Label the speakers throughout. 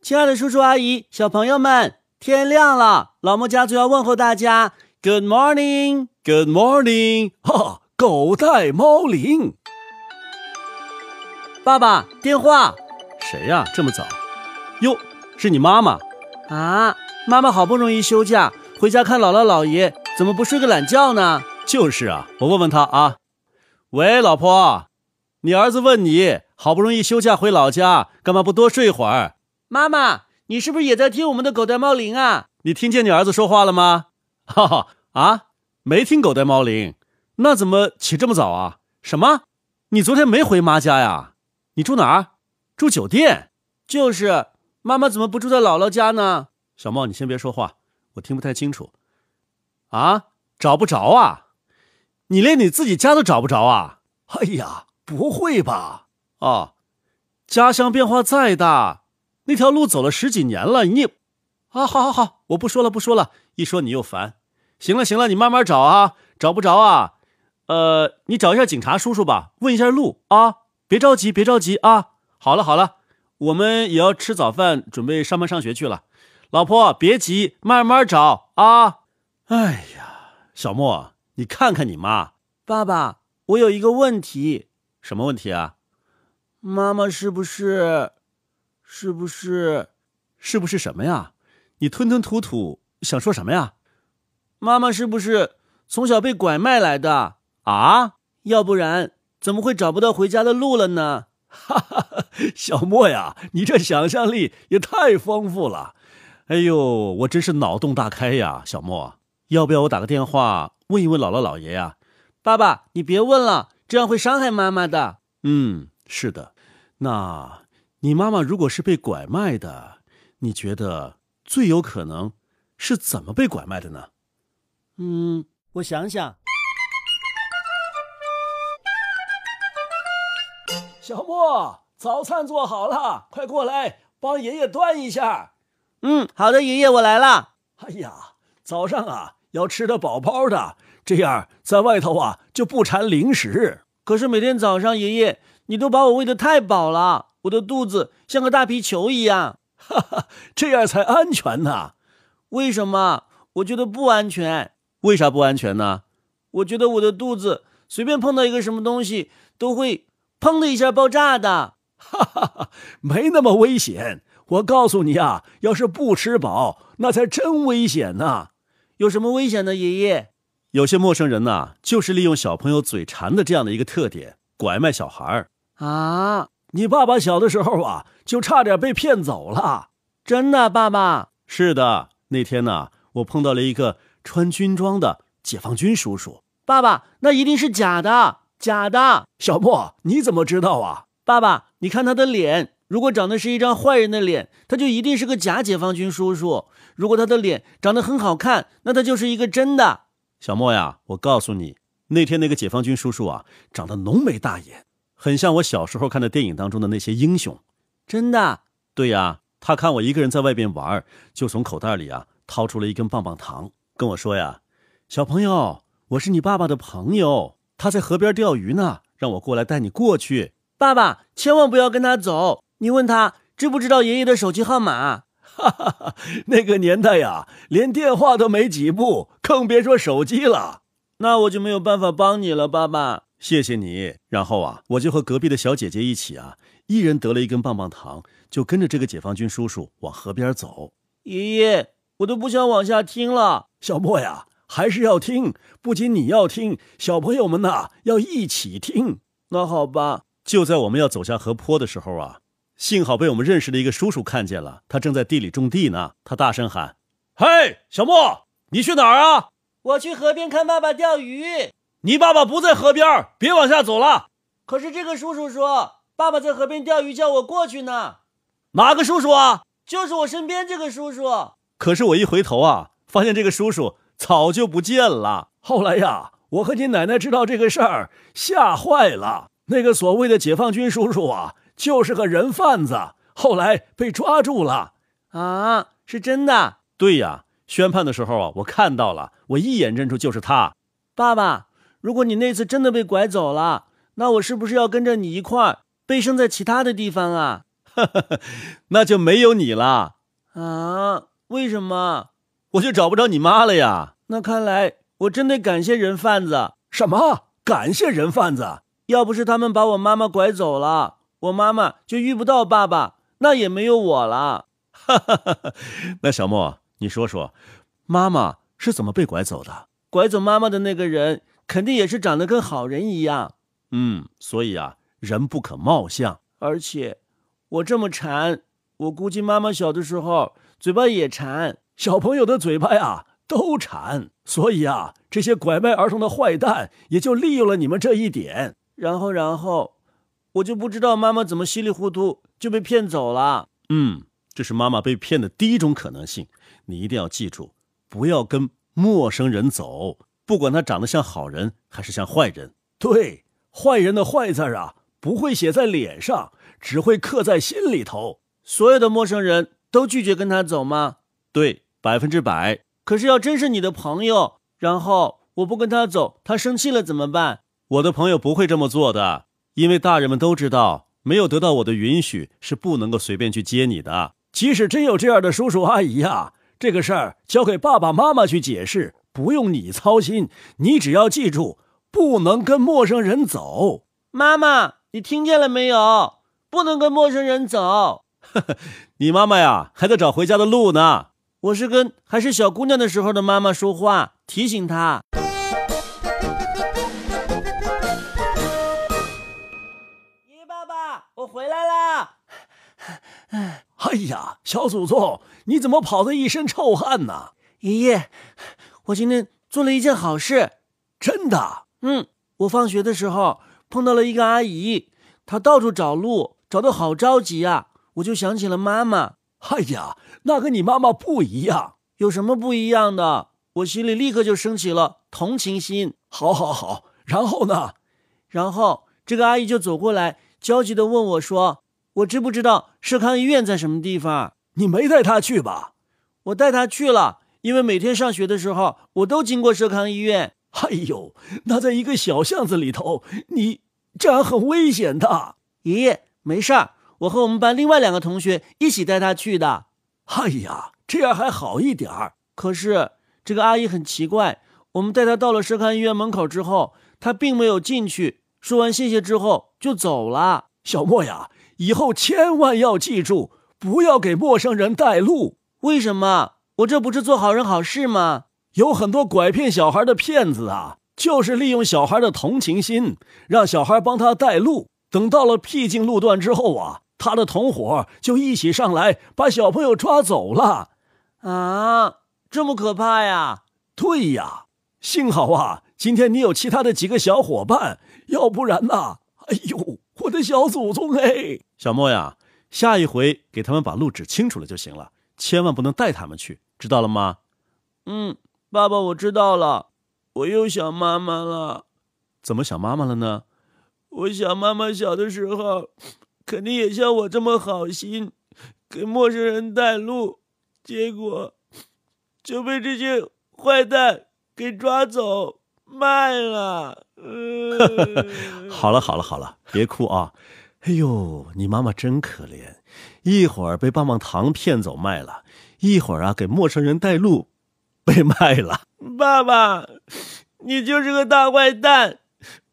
Speaker 1: 亲爱的叔叔阿姨、小朋友们，天亮了，老莫家族要问候大家，Good morning，Good
Speaker 2: morning，哈，狗带猫铃。
Speaker 1: 爸爸，电话。
Speaker 2: 谁呀、这么早？哟，是你妈妈。
Speaker 1: 啊，妈妈好不容易休假，回家看姥姥姥爷，怎么不睡个懒觉呢？
Speaker 2: 就是啊，我问问她啊。喂，老婆，你儿子问你，好不容易休假回老家，干嘛不多睡会儿？
Speaker 1: 妈妈，你是不是也在听我们的狗带猫铃啊？
Speaker 2: 你听见你儿子说话了吗？ 哈哈啊，没听狗带猫铃，那怎么起这么早啊？什么？你昨天没回妈家呀？你住哪儿？住酒店？
Speaker 1: 就是，妈妈怎么不住在姥姥家呢？
Speaker 2: 小茂，你先别说话，我听不太清楚。啊，找不着啊？你连你自己家都找不着啊？
Speaker 3: 哎呀，不会吧？
Speaker 2: 哦，家乡变化再大，那条路走了十几年了，你也……啊，好好好，我不说了，不说了，一说你又烦。行了行了，你慢慢找啊，找不着啊，呃，你找一下警察叔叔吧，问一下路啊，别着急，别着急啊。好了好了，我们也要吃早饭，准备上班上学去了。老婆，别急，慢慢找啊。哎呀，小莫，你看看你妈，
Speaker 1: 爸爸，我有一个问题，
Speaker 2: 什么问题啊？
Speaker 1: 妈妈是不是，是不是，
Speaker 2: 是不是什么呀？你吞吞吐吐，想说什么呀？
Speaker 1: 妈妈是不是从小被拐卖来的？
Speaker 2: 啊，
Speaker 1: 要不然怎么会找不到回家的路了呢？
Speaker 3: 小莫呀，你这想象力也太丰富了。
Speaker 2: 哎呦，我真是脑洞大开呀，小莫，要不要我打个电话问一问姥姥姥爷呀、
Speaker 1: 爸爸，你别问了，这样会伤害妈妈的。
Speaker 2: 嗯，是的。那你妈妈如果是被拐卖的，你觉得最有可能是怎么被拐卖的呢？
Speaker 1: 嗯，我想想，
Speaker 3: 小莫，早餐做好了，快过来帮爷爷端一下。
Speaker 1: 嗯，好的，爷爷，我来了。
Speaker 3: 哎呀，早上啊要吃的饱饱的，这样在外头啊就不馋零食。
Speaker 1: 可是每天早上，爷爷，你都把我喂得太饱了，我的肚子像个大皮球一 样。
Speaker 3: 这样才安全呐、
Speaker 1: 为什么？我觉得不安全。
Speaker 2: 为啥不安全呢？
Speaker 1: 我觉得我的肚子随便碰到一个什么东西都会砰的一下爆炸 的。
Speaker 3: 没那么危险。我告诉你啊，要是不吃饱，那才真危险呐、
Speaker 1: 有什么危险呢？爷爷，
Speaker 2: 有些陌生人呐、就是利用小朋友嘴馋的这样的一个特点，拐卖小孩儿。
Speaker 1: 啊，
Speaker 3: 你爸爸小的时候啊，就差点被骗走了。
Speaker 1: 真的，爸爸，
Speaker 2: 是的，那天呐、我碰到了一个穿军装的解放军叔叔。
Speaker 1: 爸爸，那一定是假的，假的。
Speaker 3: 小莫，你怎么知道啊？
Speaker 1: 爸爸，你看他的脸，如果长得是一张坏人的脸，他就一定是个假解放军叔叔；如果他的脸长得很好看，那他就是一个真的。
Speaker 2: 小莫呀，我告诉你，那天那个解放军叔叔啊，长得浓眉大眼，很像我小时候看的电影当中的那些英雄。
Speaker 1: 真的，
Speaker 2: 对呀，他看我一个人在外边玩儿，就从口袋里啊掏出了一根棒棒糖，跟我说呀：“小朋友，我是你爸爸的朋友，他在河边钓鱼呢，让我过来带你过去。
Speaker 1: 爸爸千万不要跟他走。你问他知不知道爷爷的手机 号码？
Speaker 3: 那个年代呀、连电话都没几部，更别说手机了。
Speaker 1: 那我就没有办法帮你了，爸爸。”
Speaker 2: 谢谢你。然后啊，我就和隔壁的小姐姐一起啊，一人得了一根棒棒糖，就跟着这个解放军叔叔往河边走。
Speaker 1: 爷爷，我都不想往下听了。
Speaker 3: 小莫呀，还是要听，不仅你要听，小朋友们呐、要一起听。
Speaker 1: 那好吧，
Speaker 2: 就在我们要走下河坡的时候啊，幸好被我们认识的一个叔叔看见了，他正在地里种地呢。他大声喊：“嘿，小莫，你去哪儿啊？
Speaker 1: 我去河边看爸爸钓鱼。
Speaker 2: 你爸爸不在河边儿，别往下走了。
Speaker 1: 可是这个叔叔说，爸爸在河边钓鱼，叫我过去呢。
Speaker 2: 哪个叔叔啊？”
Speaker 1: 就是我身边这个叔叔。
Speaker 2: 可是我一回头啊，发现这个叔叔早就不见了。
Speaker 3: 后来呀，我和你奶奶知道这个事儿，吓坏了。那个所谓的解放军叔叔啊，就是个人贩子，后来被抓住了。
Speaker 1: 啊，是真的，
Speaker 2: 对呀，宣判的时候啊，我看到了，我一眼认出就是他。
Speaker 1: 爸爸。如果你那 次真的被拐走了，那我是不是要跟着你一块儿被生在其他的地方啊？
Speaker 4: 那就没有你了，
Speaker 1: 啊？为什么？
Speaker 4: 我就找不着你妈了呀。
Speaker 1: 那看来我真得感谢人贩子，
Speaker 2: 什么？感谢人贩子？
Speaker 1: 要不是他们把我妈妈拐走了，我妈妈就遇不到爸爸，那也没有我了。
Speaker 4: 那小莫，你说说，妈妈是怎么被拐走的？
Speaker 1: 拐走妈妈的那个人，肯定也是长得跟好人一样。
Speaker 4: 嗯，所以啊，人不可貌相。
Speaker 1: 而且我这么馋，我估计妈妈小的时候嘴巴也馋。
Speaker 2: 小朋友的嘴巴呀都馋，所以啊，这些拐卖儿童的坏蛋也就利用了你们这一点。
Speaker 1: 然后，然后我就不知道妈妈怎么稀里糊涂就被骗走了。
Speaker 4: 嗯，这是妈妈被骗的第一种可能性。你一定要记住，不要跟陌生人走，不管他长得像好人还是像坏人。
Speaker 2: 对，坏人的坏字啊，不会写在脸上，只会刻在心里头。
Speaker 1: 所有的陌生人都拒绝跟他走吗？
Speaker 4: 对，百分之百。
Speaker 1: 可是要真是你的朋友，然后我不跟他走，他生气了怎么办？
Speaker 4: 我的朋友不会这么做的，因为大人们都知道，没有得到我的允许是不能够随便去接你的。
Speaker 2: 即使真有这样的叔叔阿姨呀、啊，这个事儿交给爸爸妈妈去解释，不用你操心。你只要记住，不能跟陌生人走。
Speaker 1: 妈妈，你听见了没有？不能跟陌生人走。
Speaker 4: 你妈妈呀，还在找回家的路呢。
Speaker 1: 我是跟还是小姑娘的时候的妈妈说话，提醒她。我回来啦！
Speaker 2: 哎呀，小祖宗，你怎么跑得一身臭汗呢？
Speaker 1: 爷爷，我今天做了一件好事，
Speaker 2: 真的。啊
Speaker 1: 嗯，我放学的时候碰到了一个阿姨，她到处找路，找得好着急啊！我就想起了妈妈。
Speaker 2: 哎呀，那跟你妈妈不一样，
Speaker 1: 有什么不一样的？我心里立刻就升起了同情心。
Speaker 2: 好，好，好。然后呢？
Speaker 1: 然后这个阿姨就走过来。焦急地问我说：“我知不知道社康医院在什么地方？
Speaker 2: 你没带他去吧？
Speaker 1: 我带他去了，因为每天上学的时候我都经过社康医院。
Speaker 2: 哎呦，那在一个小巷子里头，你这样很危险的。
Speaker 1: 爷爷，没事儿，我和我们班另外两个同学一起带他去的。
Speaker 2: 哎呀，这样还好一点儿。
Speaker 1: 可是这个阿姨很奇怪，我们带她到了社康医院门口之后，她并没有进去。”说完谢谢之后就走了。
Speaker 2: 小莫呀，以后千万要记住，不要给陌生人带路。
Speaker 1: 为什么？我这不是做好人好事吗？
Speaker 2: 有很多拐骗小孩的骗子啊，就是利用小孩的同情心，让小孩帮他带路。等到了僻静路段之后啊，他的同伙就一起上来把小朋友抓走了。
Speaker 1: 啊，这么可怕呀！
Speaker 2: 对呀，幸好啊。今天你有其他的几个小伙伴，要不然呐、啊，哎呦，我的小祖宗哎！
Speaker 4: 小莫呀，下一回给他们把路指清楚了就行了，千万不能带他们去，知道了吗？
Speaker 1: 嗯，爸爸，我知道了。我又想妈妈了。
Speaker 4: 怎么想妈妈了呢？
Speaker 1: 我想妈妈小的时候，肯定也像我这么好心，给陌生人带路，结果就被这些坏蛋给抓走。卖了，呃、
Speaker 4: 嗯好了好了好了，别哭啊！哎呦，你妈妈真可怜，一会儿被棒棒糖骗走卖了，一会儿啊给陌生人带路，被卖了。
Speaker 1: 爸爸，你就是个大坏蛋，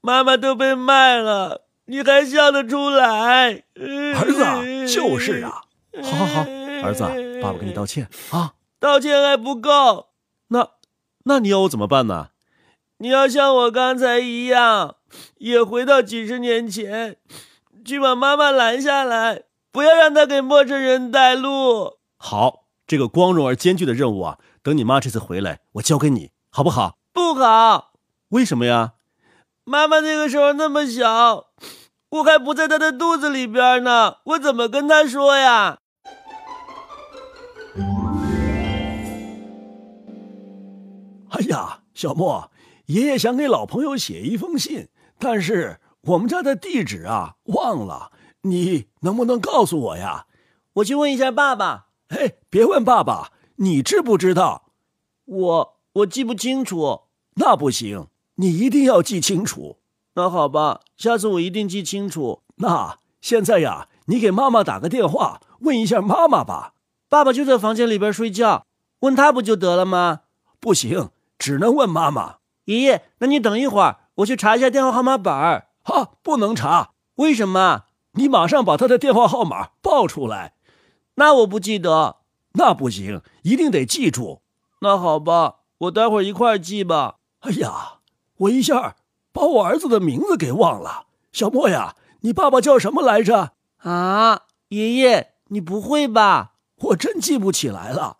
Speaker 1: 妈妈都被卖了，你还笑得出来？嗯
Speaker 2: 呃、儿子，就是啊，
Speaker 4: 好好好，儿子，啊爸爸给你道歉啊！
Speaker 1: 道歉还不够，
Speaker 4: 那那你要我怎么办呢？
Speaker 1: 你要像我刚才一样，也回到几十年前，去把妈妈拦下来，不要让她给陌生人带路。
Speaker 4: 好，这个光荣而艰巨的任务啊，等你妈这次回来，我交给你，好不好？
Speaker 1: 不好，
Speaker 4: 为什么呀？
Speaker 1: 妈妈那个时候那么小，我还不在她的肚子里边呢，我怎么跟她说呀？
Speaker 2: 哎呀，小莫。爷爷想给老朋友写一封信，但是我们家的地址啊忘了，你能不能告诉我呀？
Speaker 1: 我去问一下爸爸。
Speaker 2: 哎，别问爸爸，你知不知道？
Speaker 1: 我我记不清楚。
Speaker 2: 那不行，你一定要记清楚。
Speaker 1: 那好吧，下次我一定记清楚。
Speaker 2: 那现在呀，
Speaker 3: 你给妈妈打个电话，问一下妈妈吧。
Speaker 1: 爸爸就在房间里边睡觉，问他不就得了吗？
Speaker 3: 不行，只能问妈妈。
Speaker 1: 爷爷，那你等一会儿，我去查一下电话号码板儿。
Speaker 3: 哈，不能查，
Speaker 1: 为什么？
Speaker 3: 你马上把他的电话号码报出来。
Speaker 1: 那我不记得，
Speaker 3: 那不行，一定得记住。
Speaker 1: 那好吧，我待会儿一块儿记吧。
Speaker 3: 哎呀，我一下把我儿子的名字给忘了。小莫呀，你爸爸叫什么来着？
Speaker 1: 啊，爷爷，你不会吧？
Speaker 3: 我真记不起来了。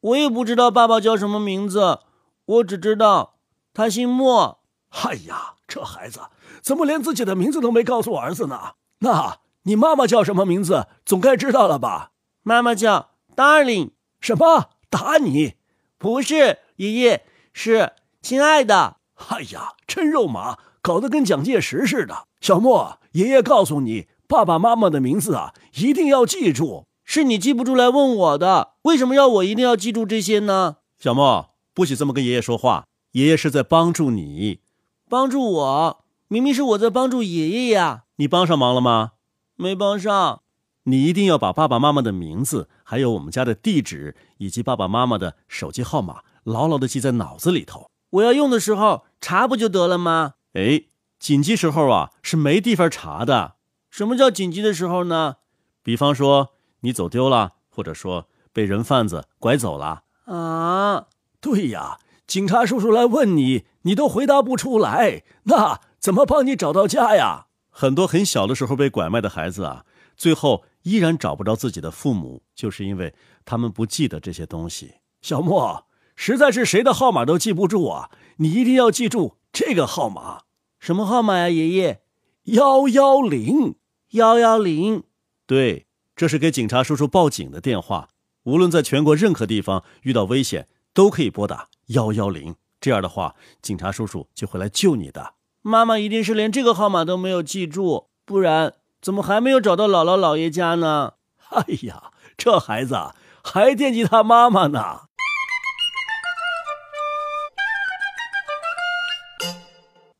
Speaker 1: 我也不知道爸爸叫什么名字，我只知道他姓莫。
Speaker 3: 哎呀，这孩子怎么连自己的名字都没告诉我儿子呢？那你妈妈叫什么名字？总该知道了吧？
Speaker 1: 妈妈叫 Darling。
Speaker 3: 什么？打你？
Speaker 1: 不是，爷爷是亲爱的。
Speaker 3: 哎呀，真肉麻，搞得跟蒋介石似的。小莫，爷爷告诉你，爸爸妈妈的名字啊，一定要记住。
Speaker 1: 是你记不住来问我的，为什么要我一定要记住这些呢？
Speaker 2: 小莫，不许这么跟爷爷说话，爷爷是在帮助你，
Speaker 1: 帮助我，明明是我在帮助爷爷呀。
Speaker 2: 你帮上忙了吗？
Speaker 1: 没帮上。
Speaker 2: 你一定要把爸爸妈妈的名字，还有我们家的地址，以及爸爸妈妈的手机号码，牢牢的记在脑子里头。
Speaker 1: 我要用的时候查不就得了吗？
Speaker 2: 哎，紧急时候啊是没地方查的。
Speaker 1: 什么叫紧急的时候呢？
Speaker 2: 比方说你走丢了，或者说被人贩子拐走了。
Speaker 1: 啊，
Speaker 3: 对呀，警察叔叔来问你，你都回答不出来，那怎么帮你找到家呀？
Speaker 2: 很多很小的时候被拐卖的孩子啊，最后。依然找不着自己的父母，就是因为他们不记得这些东西。
Speaker 3: 小莫，实在是谁的号码都记不住啊！你一定要记住这个号码，
Speaker 1: 什么号码呀、啊，爷爷？
Speaker 3: 幺幺零
Speaker 1: 幺幺零。
Speaker 2: 对，这是给警察叔叔报警的电话。无论在全国任何地方遇到危险，都可以拨打幺幺零。这样的话，警察叔叔就会来救你的。
Speaker 1: 妈妈一定是连这个号码都没有记住，不然。怎么还没有找到姥姥姥爷家呢？
Speaker 3: 哎呀，这孩子
Speaker 2: 啊
Speaker 3: 还惦记他妈妈呢。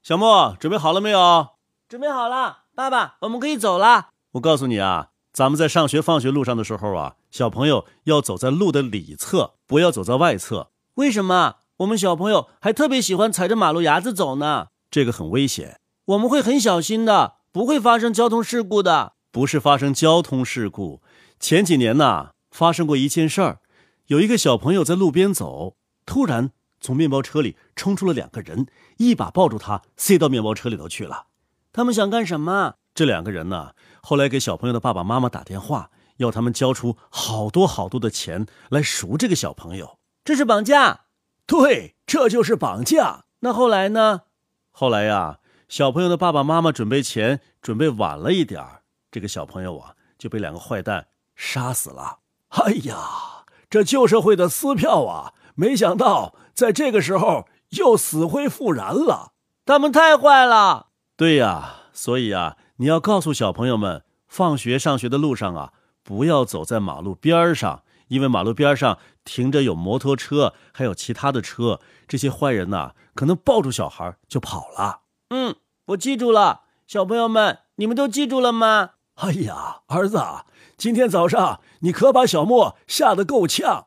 Speaker 2: 小莫，准备好了没有？
Speaker 1: 准备好了，爸爸，我们可以走了。
Speaker 2: 我告诉你啊，咱们在上学、放学路上的时候啊，小朋友要走在路的里侧，不要走在外侧。
Speaker 1: 为什么？我们小朋友还特别喜欢踩着马路牙子走呢。
Speaker 2: 这个很危险，
Speaker 1: 我们会很小心的。不会发生交通事故的，
Speaker 2: 不是发生交通事故。前几年呐、啊，发生过一件事儿，有一个小朋友在路边走，突然从面包车里冲出了两个人，一把抱住他，塞到面包车里头去了。
Speaker 1: 他们想干什么？
Speaker 2: 这两个人呢、啊，后来给小朋友的爸爸妈妈打电话，要他们交出好多好多的钱来赎这个小朋友。
Speaker 1: 这是绑架，
Speaker 3: 对，这就是绑架。
Speaker 1: 那后来呢？
Speaker 2: 后来呀、啊。小朋友的爸爸妈妈准备钱准备晚了一点儿，这个小朋友啊就被两个坏蛋杀死了。
Speaker 3: 哎呀，这旧社会的撕票啊！没想到在这个时候又死灰复燃了。
Speaker 1: 他们太坏了。
Speaker 2: 对呀、啊，所以啊，你要告诉小朋友们，放学上学的路上啊，不要走在马路边上，因为马路边上停着有摩托车，还有其他的车。这些坏人呐、啊，可能抱住小孩就跑了。
Speaker 1: 嗯，我记住了，小朋友们，你们都记住了吗？
Speaker 3: 哎呀，儿子，
Speaker 2: 啊
Speaker 3: 今天早上你可把小莫吓得够呛。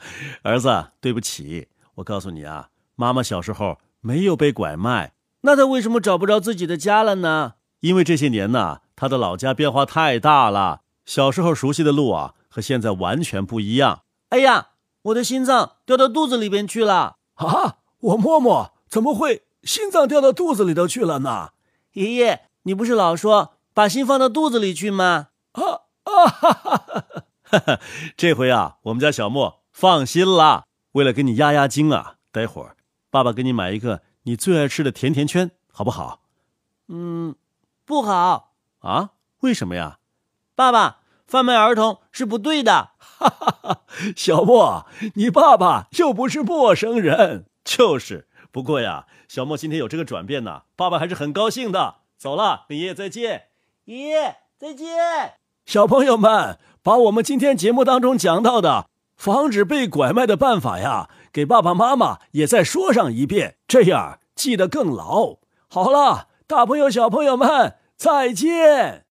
Speaker 2: 儿子，啊对不起，我告诉你啊，妈妈小时候没有被拐卖，
Speaker 1: 那他为什么找不着自己的家了呢？
Speaker 2: 因为这些年呢、啊，他的老家变化太大了，小时候熟悉的路啊，和现在完全不一样。
Speaker 1: 哎呀，我的心脏掉到肚子里边去了啊！
Speaker 3: 我摸摸，怎么会？心脏掉到肚子里头去了呢，
Speaker 1: 爷爷，你不是老说把心放到肚子里去吗？
Speaker 3: 啊啊哈哈
Speaker 2: 哈！ 这回啊，我们家小莫放心啦。为了给你压压惊啊，待会儿爸爸给你买一个你最爱吃的甜甜圈，好不好？
Speaker 1: 嗯，不好
Speaker 2: 啊？为什么呀？
Speaker 1: 爸爸，贩卖儿童是不对的。
Speaker 3: 哈哈哈！ 小莫，你爸爸又不是陌生人，
Speaker 2: 就是。不过呀，小莫今天有这个转变呢，爸爸还是很高兴的。走了，跟爷爷再见。
Speaker 1: 爷爷再见。
Speaker 3: 小朋友们，把我们今天节目当中讲到的防止被拐卖的办法呀，给爸爸妈妈也再说上一遍，这样记得更牢。好了，大朋友小朋友们，再见。